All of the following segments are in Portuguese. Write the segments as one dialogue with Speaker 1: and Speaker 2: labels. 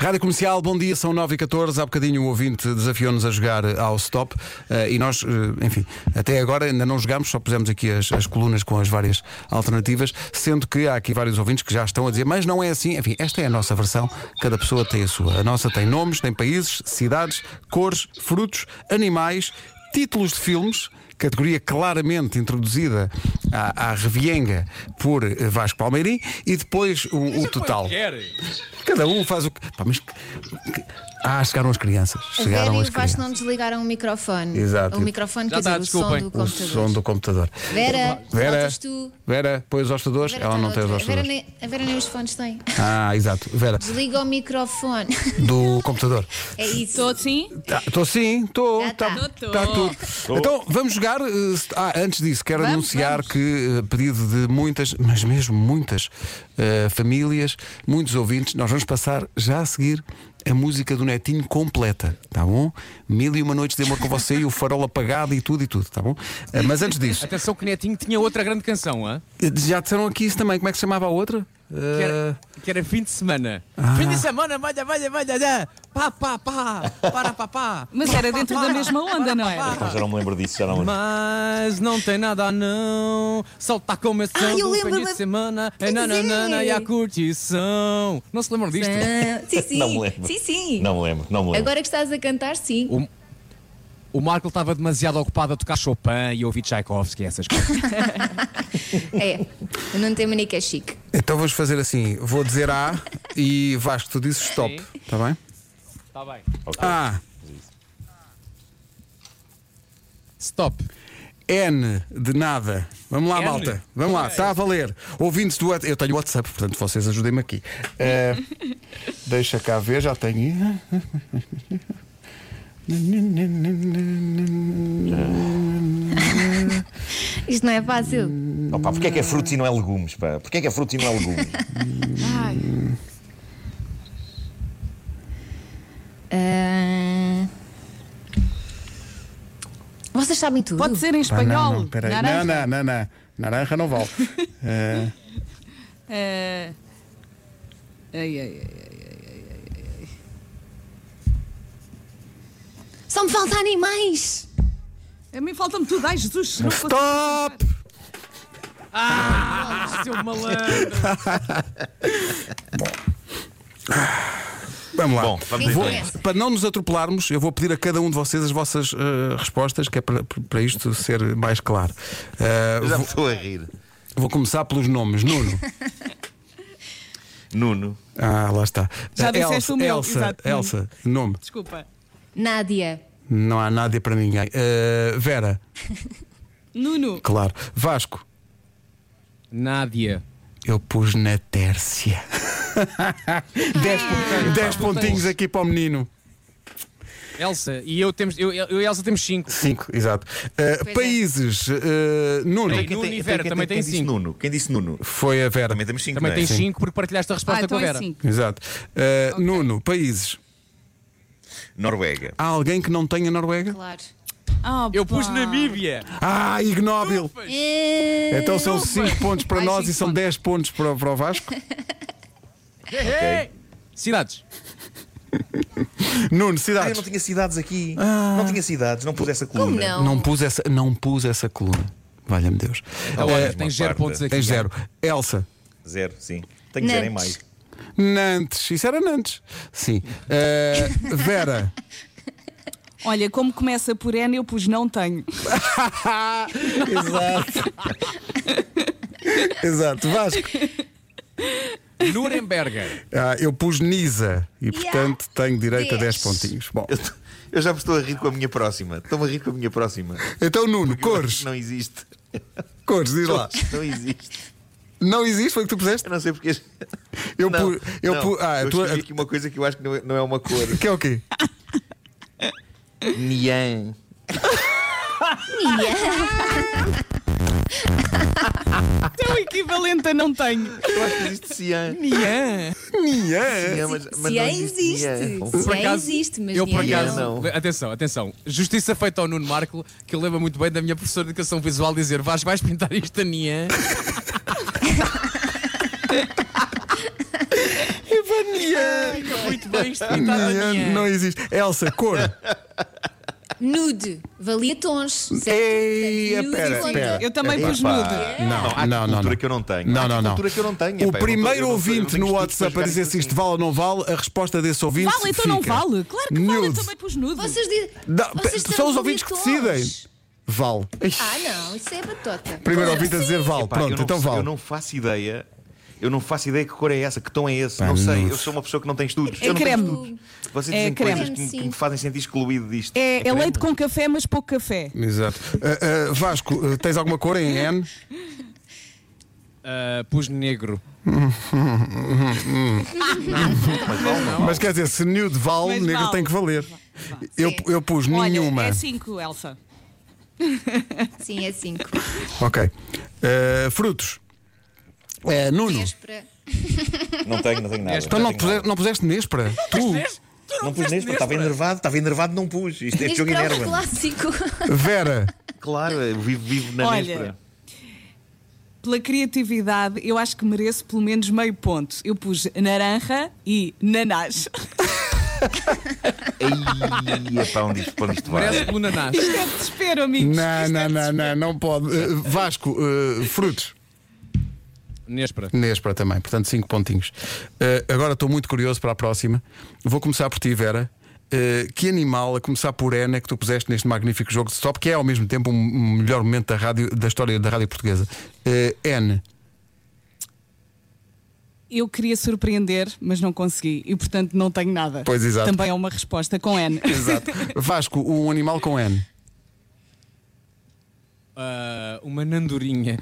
Speaker 1: Rádio Comercial, bom dia, são 9 e 14 Há bocadinho o ouvinte desafiou-nos a jogar eh, ao stop eh, e nós, eh, enfim, até agora ainda não jogámos, só pusemos aqui as, as colunas com as várias alternativas, sendo que há aqui vários ouvintes que já estão a dizer, mas não é assim. Enfim, esta é a nossa versão, cada pessoa tem a sua. A nossa tem nomes, tem países, cidades, cores, frutos, animais, títulos de filmes. Categoria claramente introduzida à, à revienga por eh, Vasco Palmeirim e depois o, o total. Cada um faz o que. Pá, mas... que- que- Ah, chegaram as crianças.
Speaker 2: A Vera
Speaker 1: Chegaram
Speaker 2: e
Speaker 1: as
Speaker 2: o Vasco não
Speaker 1: crianças.
Speaker 2: desligaram o microfone.
Speaker 1: Exato.
Speaker 2: O microfone,
Speaker 3: Já
Speaker 2: quer
Speaker 3: está,
Speaker 2: dizer,
Speaker 3: desculpem.
Speaker 2: o som do
Speaker 1: O
Speaker 2: computador.
Speaker 1: som do computador.
Speaker 2: Vera,
Speaker 1: Vera,
Speaker 2: faltas tu.
Speaker 1: Vera, põe os hostadores.
Speaker 2: Vera
Speaker 1: Ela
Speaker 2: está
Speaker 1: não tem os
Speaker 2: noutra. a Vera,
Speaker 1: hostadores.
Speaker 2: nem, a Vera nem os fones tem.
Speaker 1: Ah, exato. Vera,
Speaker 2: Desliga o microfone.
Speaker 1: do computador.
Speaker 2: É isso.
Speaker 4: Estou sim?
Speaker 1: Estou Ah, sim, estou.
Speaker 2: Já
Speaker 1: Está
Speaker 2: tá.
Speaker 1: tudo. Então, vamos jogar. eh, se- Ah, antes disso, quero
Speaker 4: Vamos,
Speaker 1: anunciar
Speaker 4: vamos.
Speaker 1: que, eh, pedido de muitas, mas mesmo muitas eh, famílias, muitos ouvintes, nós vamos passar já a seguir a música do Netinho completa, tá bom? Mil e uma noites de amor com você e o farol apagado e tudo e tudo, tá bom? Eh, mas antes disso,
Speaker 3: Atenção que Netinho tinha outra grande canção, hã?
Speaker 1: eh, já disseram aqui isso também. Como é que se chamava a outra?
Speaker 3: Que,
Speaker 1: Eh, Ah.
Speaker 3: era, que era fim de semana. Fim de semana, vai, vai, vai, vai, pá, pá, pá, para, pá, pá.
Speaker 4: Mas era dentro da mesma onda, não era?
Speaker 5: Pá, já não me lembro disso, já não me lembro.
Speaker 3: Mas não tem nada a não Solta a começão
Speaker 2: Ah, eu
Speaker 3: do fim
Speaker 2: lembro-me.
Speaker 3: de semana É
Speaker 2: Pois
Speaker 3: nananana
Speaker 2: é.
Speaker 3: e a curtição Não se lembram disto?
Speaker 2: Ah, Sim, sim.
Speaker 5: Não me lembro.
Speaker 2: Sim, sim.
Speaker 5: Não me lembro, não me lembro.
Speaker 2: Agora que estás a cantar, sim.
Speaker 3: O, o Marco estava demasiado ocupado a tocar Chopin E a ouvir Tchaikovsky e essas coisas
Speaker 2: É. O Nuno tem manica é chique.
Speaker 1: Então vamos fazer assim: vou dizer A e Vasco, tu dizes stop, tá bem? Ah,
Speaker 3: Está bem
Speaker 5: Ok.
Speaker 1: A,
Speaker 3: Stop
Speaker 1: N de nada. Vamos lá,
Speaker 3: N?
Speaker 1: malta. Vamos lá, está a valer. Ouvintes do WhatsApp. Eu tenho WhatsApp, portanto vocês ajudem-me aqui. Eh, deixa cá ver, já tenho.
Speaker 2: Isto não é fácil.
Speaker 5: Oh, pá, porquê é que é frutos e não é legumes? Pá? Porquê é que é frutos e não é legumes?
Speaker 4: Ai,
Speaker 2: Ah, Vocês sabem tudo.
Speaker 4: Pode ser em
Speaker 1: Pá, Ah, não,
Speaker 4: espanhol.
Speaker 1: não, peraí.
Speaker 4: Naranja.
Speaker 1: Não, não, não, não. Naranja não vale. Eh,
Speaker 4: Eh, ai, ai, ai.
Speaker 2: Só me faltam animais.
Speaker 4: é. A mim falta-me tudo. Ai, Jesus. não consigo
Speaker 1: Stop!
Speaker 4: Ah,
Speaker 3: Seu malandro
Speaker 1: Vamos lá.
Speaker 5: Bom, vamos
Speaker 1: Vou-
Speaker 5: então.
Speaker 2: Quem começa?
Speaker 1: para não nos atropelarmos, eu vou pedir a cada um de vocês as vossas eh, respostas, que é para, para isto ser mais claro. Eh,
Speaker 5: Já me
Speaker 1: vou,
Speaker 5: estou a rir.
Speaker 1: vou começar pelos nomes. Nuno.
Speaker 5: Nuno,
Speaker 1: Ah, lá está.
Speaker 4: Já
Speaker 1: Eh,
Speaker 4: disseste
Speaker 1: Elsa,
Speaker 4: o meu,
Speaker 1: Elsa,
Speaker 4: exato, Nuno.
Speaker 1: Elsa, nome.
Speaker 4: Desculpa.
Speaker 2: Nádia.
Speaker 1: Não há nada para ninguém. Eh, Vera,
Speaker 4: Nuno.
Speaker 1: claro. Vasco,
Speaker 3: Nádia
Speaker 1: eu pus na Tércia. dez pon- dez pontinhos aqui para o menino.
Speaker 3: Elsa e eu temos Eu, eu e Elsa temos cinco
Speaker 1: Cinco, exato. Eh,
Speaker 2: é.
Speaker 1: países, eh, Nuno.
Speaker 3: Ei. Nuno e Vera também
Speaker 5: quem
Speaker 3: têm
Speaker 5: disse
Speaker 3: cinco.
Speaker 5: Nuno? Quem disse Nuno?
Speaker 1: Foi a Vera.
Speaker 5: Também temos cinco,
Speaker 3: Também
Speaker 5: não é?
Speaker 3: tens cinco porque partilhaste a resposta
Speaker 4: Ah,
Speaker 3: com
Speaker 4: então
Speaker 3: a
Speaker 4: é
Speaker 3: Vera
Speaker 4: assim.
Speaker 1: Exato. Eh, Nuno, países.
Speaker 5: Noruega.
Speaker 1: Há alguém que não tenha Noruega?
Speaker 2: Claro.
Speaker 4: Ah,
Speaker 3: Eu pus
Speaker 4: pá.
Speaker 3: Namíbia
Speaker 1: Ah, ignóbil!
Speaker 2: Eh,
Speaker 1: Então são cinco pontos para
Speaker 4: Ai,
Speaker 1: nós e
Speaker 4: cinco
Speaker 1: são
Speaker 4: pontos.
Speaker 1: dez pontos para, para o Vasco.
Speaker 3: Ei! Cidades
Speaker 1: Nuno,
Speaker 5: Ah, eu
Speaker 1: cidades.
Speaker 5: não tinha cidades aqui.
Speaker 1: Ah.
Speaker 5: Não tinha cidades, não pus essa coluna.
Speaker 2: Como não?
Speaker 1: Não pus essa, não pus essa coluna. Valha-me Deus.
Speaker 3: Ah, olha,
Speaker 1: Eh,
Speaker 3: Tem zero
Speaker 5: quarta.
Speaker 3: pontos aqui
Speaker 1: Tem zero. Elsa.
Speaker 5: Zero, sim. Tenho zero em
Speaker 2: Nantes.
Speaker 5: mais.
Speaker 1: Nantes. Isso era Nantes. Sim. Eh, Vera.
Speaker 4: Olha, como começa por N, eu pus não tenho.
Speaker 1: Exato. Exato. Vasco.
Speaker 3: Nuremberg
Speaker 1: Ah, eu pus Nisa e, portanto, tenho direito a 10
Speaker 2: Dez.
Speaker 1: pontinhos. Bom.
Speaker 5: Eu, t- eu já me estou a rir com a minha próxima. Estou-me a rir com a minha próxima.
Speaker 1: Então, Nuno,
Speaker 5: Porque eu acho
Speaker 1: cores.
Speaker 5: que Não existe.
Speaker 1: Cores, diz lá.
Speaker 5: Não existe.
Speaker 1: Não existe, foi o que tu puseste?
Speaker 5: Eu não sei porque.
Speaker 1: Eu
Speaker 5: não,
Speaker 1: pu- eu
Speaker 5: não.
Speaker 1: pu- ah,
Speaker 5: eu
Speaker 1: tu-
Speaker 5: escolhi aqui uma coisa que eu acho que não é, não é uma cor.
Speaker 1: Que é o quê?
Speaker 5: Nian.
Speaker 4: É o equivalente a não tenho.
Speaker 5: Eu acho que existe Cian.
Speaker 3: Nian
Speaker 1: Nian.
Speaker 5: Nian, mas, mas
Speaker 2: Se
Speaker 5: não
Speaker 2: é,
Speaker 5: existe.
Speaker 2: existe.
Speaker 5: Nian.
Speaker 2: Se é,
Speaker 3: acaso,
Speaker 2: existe, mas
Speaker 3: Eu por
Speaker 2: dinheiro
Speaker 3: acaso,
Speaker 5: não.
Speaker 3: atenção, atenção, justiça feita ao Nuno Marco, que eu lembro muito bem da minha professora de educação visual dizer: Vasco, vais pintar isto a Nian.
Speaker 1: É Minha!
Speaker 3: Muito bem, isto pintado a
Speaker 1: Minha!
Speaker 5: é.
Speaker 3: minha.
Speaker 1: Não existe. Elsa, cor.
Speaker 2: Nude. Valia tons. certo?
Speaker 1: Ei,
Speaker 2: Portanto, nude
Speaker 1: pera,
Speaker 2: e com
Speaker 1: pera.
Speaker 2: tons.
Speaker 4: Eu também
Speaker 5: Epá,
Speaker 4: pus
Speaker 5: pá,
Speaker 4: nude.
Speaker 5: Não, há
Speaker 1: não,
Speaker 5: aqui cultura
Speaker 1: não.
Speaker 5: que eu não tenho.
Speaker 1: Não,
Speaker 5: Há
Speaker 1: não,
Speaker 5: aqui
Speaker 1: não.
Speaker 5: cultura que eu não tenho.
Speaker 1: O
Speaker 5: Epá, eu não tô-
Speaker 1: primeiro
Speaker 5: eu não tô- eu não
Speaker 1: ouvinte
Speaker 5: tenho
Speaker 1: no
Speaker 5: estudos para
Speaker 1: WhatsApp a
Speaker 5: jogar
Speaker 1: dizer
Speaker 5: nisto
Speaker 1: se isto
Speaker 5: assim.
Speaker 1: vale ou não vale, a resposta desse ouvinte.
Speaker 4: Vale, então não
Speaker 1: fica.
Speaker 4: vale. Claro que vale, eu
Speaker 1: Nude.
Speaker 4: também pus nude.
Speaker 2: Vocês dizem.
Speaker 1: Não,
Speaker 2: vocês
Speaker 1: pe-
Speaker 2: disseram
Speaker 1: são os
Speaker 2: valia
Speaker 1: ouvintes que
Speaker 2: tons.
Speaker 1: decidem. Vale.
Speaker 2: Ah, não, isso é batota.
Speaker 1: Primeiro
Speaker 2: Claro
Speaker 1: ouvinte a
Speaker 2: que
Speaker 1: dizer
Speaker 2: sim.
Speaker 1: vale.
Speaker 5: Epá, eu
Speaker 1: Pronto,
Speaker 5: não-
Speaker 1: então vale.
Speaker 5: Eu não faço ideia. Eu não faço ideia que cor é essa, que tom é esse.
Speaker 1: Pá,
Speaker 5: não sei.
Speaker 1: nude.
Speaker 5: Eu sou uma pessoa que não tem estudos.
Speaker 4: É
Speaker 5: eu não tenho
Speaker 4: creme.
Speaker 5: estudos. Vocês
Speaker 4: É
Speaker 5: dizem
Speaker 4: creme.
Speaker 5: coisas que, me- que
Speaker 2: Sim.
Speaker 5: me fazem sentir excluído disto.
Speaker 4: É, é
Speaker 5: creme?
Speaker 4: leite com café, mas pouco café.
Speaker 1: Exato. Ah, ah, Vasco, ah, tens alguma cor em N?
Speaker 3: Ah, pus negro.
Speaker 1: Mas quer dizer, se nude vale,
Speaker 4: Mas
Speaker 1: negro
Speaker 4: vale.
Speaker 1: tem que valer. Eu,
Speaker 2: Sim.
Speaker 1: eu pus nenhuma.
Speaker 4: Olha, é 5, Elsa.
Speaker 2: Sim, é 5.
Speaker 1: Ok. Ah, frutos. É, Nuno.
Speaker 2: Véspera.
Speaker 5: Não tenho, não tenho
Speaker 4: É
Speaker 5: nada.
Speaker 1: Então não, puse- não puseste Nespra? Tu,
Speaker 5: Não pus neste, estava enervado, estava enervado, não pus. Isto é
Speaker 2: Este
Speaker 5: jogo
Speaker 2: é um
Speaker 5: enerva.
Speaker 2: clássico.
Speaker 1: Vera.
Speaker 5: Claro, eu vivo, vivo na
Speaker 4: Olha,
Speaker 5: Nespera.
Speaker 4: Pela criatividade, eu acho que mereço pelo menos meio ponto. Eu pus naranja e nanás.
Speaker 5: Ei, epá, onde isto, para onde isto vai?
Speaker 3: Parece pelo nanás.
Speaker 4: Isto é desespero, amigos.
Speaker 1: Não,
Speaker 4: Isto é
Speaker 1: não, não, não, não pode. Uh, Vasco, uh, frutos.
Speaker 3: Nespera.
Speaker 1: Nespra também, portanto, cinco pontinhos. Uh, agora estou muito curioso para a próxima. Vou começar por ti, Vera. Uh, que animal, a começar por N, é que tu puseste neste magnífico jogo de stop, que é ao mesmo tempo o um melhor momento da, rádio, da história da rádio portuguesa? Uh, N.
Speaker 4: Eu queria surpreender, mas não consegui. E portanto não tenho nada.
Speaker 1: Pois, exato.
Speaker 4: Também é uma resposta com N.
Speaker 1: Exato. Vasco, um animal com N.
Speaker 3: Ah, uma nandorinha.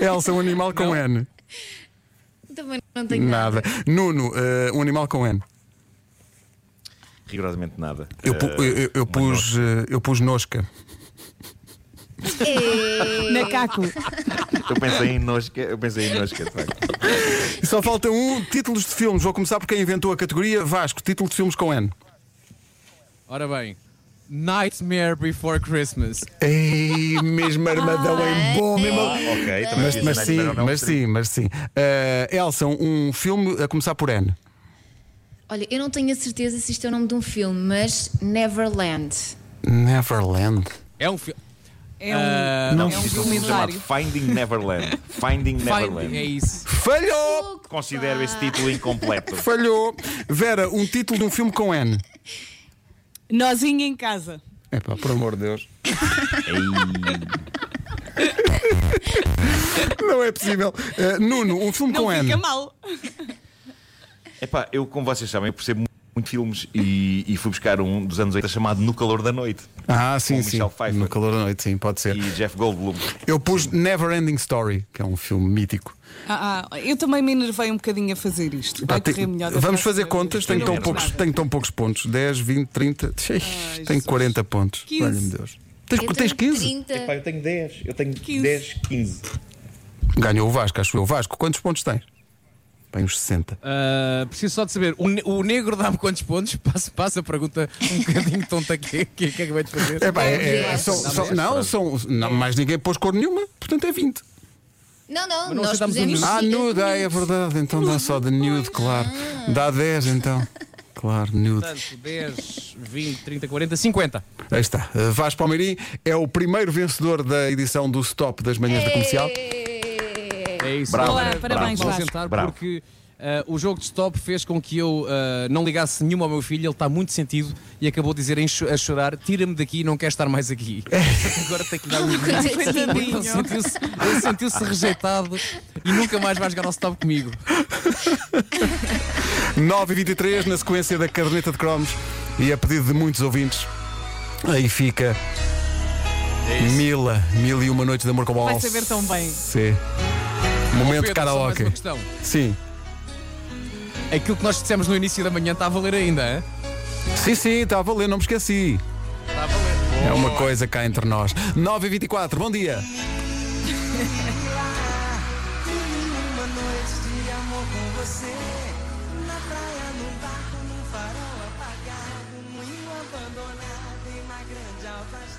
Speaker 1: Elsa, um animal com N.
Speaker 2: Também não tenho nada.
Speaker 1: Nada. Nuno, uh, um animal com N.
Speaker 5: Rigorosamente nada.
Speaker 1: Eu, pu- eu- eu- eu pus, uh, eu pus nosca.
Speaker 2: Ei,
Speaker 4: Macaco.
Speaker 5: Eh, Eu pensei em nosca, eu pensei em nosca, de facto.
Speaker 1: Só falta um: títulos de filmes. Vou começar por quem inventou a categoria. Vasco, título de filmes com N.
Speaker 3: Ora bem. Nightmare Before Christmas.
Speaker 1: Ei, mesmo armadão em bom, mesmo.
Speaker 5: Ah, Ok, também
Speaker 1: Mas,
Speaker 5: fiz
Speaker 1: mas
Speaker 5: sinais,
Speaker 1: sim,
Speaker 5: não
Speaker 1: mas
Speaker 5: seria.
Speaker 1: sim, mas sim. Ah, Elsa, um filme a começar por N.
Speaker 2: Olha, eu não tenho a certeza se isto é o nome de um filme, mas Neverland.
Speaker 1: Neverland.
Speaker 3: É um filme.
Speaker 4: É um,
Speaker 3: Ah,
Speaker 4: é um
Speaker 5: Fiz um filme chamado
Speaker 4: documentário.
Speaker 5: Finding Neverland. Finding
Speaker 3: É
Speaker 5: Neverland.
Speaker 3: isso.
Speaker 1: Falhou!
Speaker 5: Considero
Speaker 2: Ah.
Speaker 5: esse título incompleto.
Speaker 1: Falhou! Vera, um título de um filme com N.
Speaker 4: Nozinho em casa.
Speaker 1: Epá, por amor de Deus. Não é possível. Ah, Nuno, um filme
Speaker 4: Não
Speaker 1: com
Speaker 4: fica
Speaker 1: N.
Speaker 4: mal.
Speaker 5: Epá, eu, como vocês sabem, eu percebo mu- muito filmes e, e fui buscar um dos anos 80 chamado No Calor da Noite.
Speaker 1: Ah, sim,
Speaker 5: Com
Speaker 1: sim.
Speaker 5: Michelle Pfeiffer.
Speaker 1: No calor da noite, sim, pode ser.
Speaker 5: E Jeff Goldblum.
Speaker 1: Eu pus Never Ending Story, que é um filme mítico.
Speaker 4: Ah, ah, eu também me enervei um bocadinho a fazer isto. Vai
Speaker 1: Pá, tem-
Speaker 4: correr melhor da
Speaker 1: vamos fazer
Speaker 4: próxima vez.
Speaker 1: contas, tenho
Speaker 4: Eu
Speaker 1: tão,
Speaker 4: não
Speaker 1: poucos,
Speaker 4: fiz nada.
Speaker 1: tenho tão poucos pontos. 10, 20, 30. Ixi, tenho
Speaker 4: Jesus.
Speaker 1: 40 pontos.
Speaker 4: 15.
Speaker 1: Olha-me Deus. Tens,
Speaker 2: Eu
Speaker 1: tipo. tens
Speaker 2: tenho
Speaker 1: 15?
Speaker 2: 30.
Speaker 5: eu tenho 10, eu tenho
Speaker 4: 15. 10,
Speaker 5: 15.
Speaker 1: Ganhou o Vasco, acho eu. Vasco, quantos pontos tens? Bem, uns 60.
Speaker 3: Ah, preciso só de saber. O, ne- o negro dá-me quantos pontos? Passa, passa a pergunta um bocadinho tonta que, que, que é que vai te fazer.
Speaker 1: É, pá, é, é,
Speaker 2: Yes.
Speaker 1: são- são- não, são, não, mais ninguém pôs cor nenhuma, portanto é 20.
Speaker 2: Não, não,
Speaker 3: não
Speaker 2: nós
Speaker 3: aceitamos o
Speaker 2: pusemos.
Speaker 3: nude.
Speaker 1: Ah, nude, ah, é verdade, então dá só de nude, claro. Dá 10 então. Claro, nude.
Speaker 3: Portanto, 10, 20, 30, 40, 50.
Speaker 1: Aí está. Uh, Vasco Palmeirim é o primeiro vencedor da edição do Stop das Manhãs
Speaker 2: É.
Speaker 1: da Comercial.
Speaker 2: Ei.
Speaker 3: É isso.
Speaker 5: Bravo,
Speaker 4: Olá, parabéns,
Speaker 3: Vou
Speaker 4: Vasco.
Speaker 3: sentar
Speaker 5: Bravo.
Speaker 3: porque ah, o jogo de stop fez com que eu ah, não ligasse nenhuma ao meu filho. Ele está muito sentido e acabou de dizer em cho- a chorar: tira-me daqui, não quero estar mais aqui. Agora tem que dar um Ele
Speaker 4: Coitadinho.
Speaker 3: sentiu-se ele sentiu-se rejeitado e nunca mais vai jogar ao stop comigo.
Speaker 1: 9h23, na sequência da caderneta de cromos e a pedido de muitos ouvintes. Aí fica.
Speaker 3: É
Speaker 1: Mila, mil e uma noites de amor com o
Speaker 4: Vai saber tão bem.
Speaker 1: Sim. Momento
Speaker 3: Pedro, tá só mais
Speaker 1: karaoke.
Speaker 3: uma questão.
Speaker 1: Sim.
Speaker 3: Aquilo que nós dissemos no início da manhã está a valer ainda, hein?
Speaker 1: Sim, sim, está a valer, não me esqueci.
Speaker 3: está a valer.
Speaker 1: É uma coisa cá entre nós. 9h24, bom dia.
Speaker 6: Uma noite de amor com você Na praia, no barco, num farol apagado Moinho abandonado e uma grande alva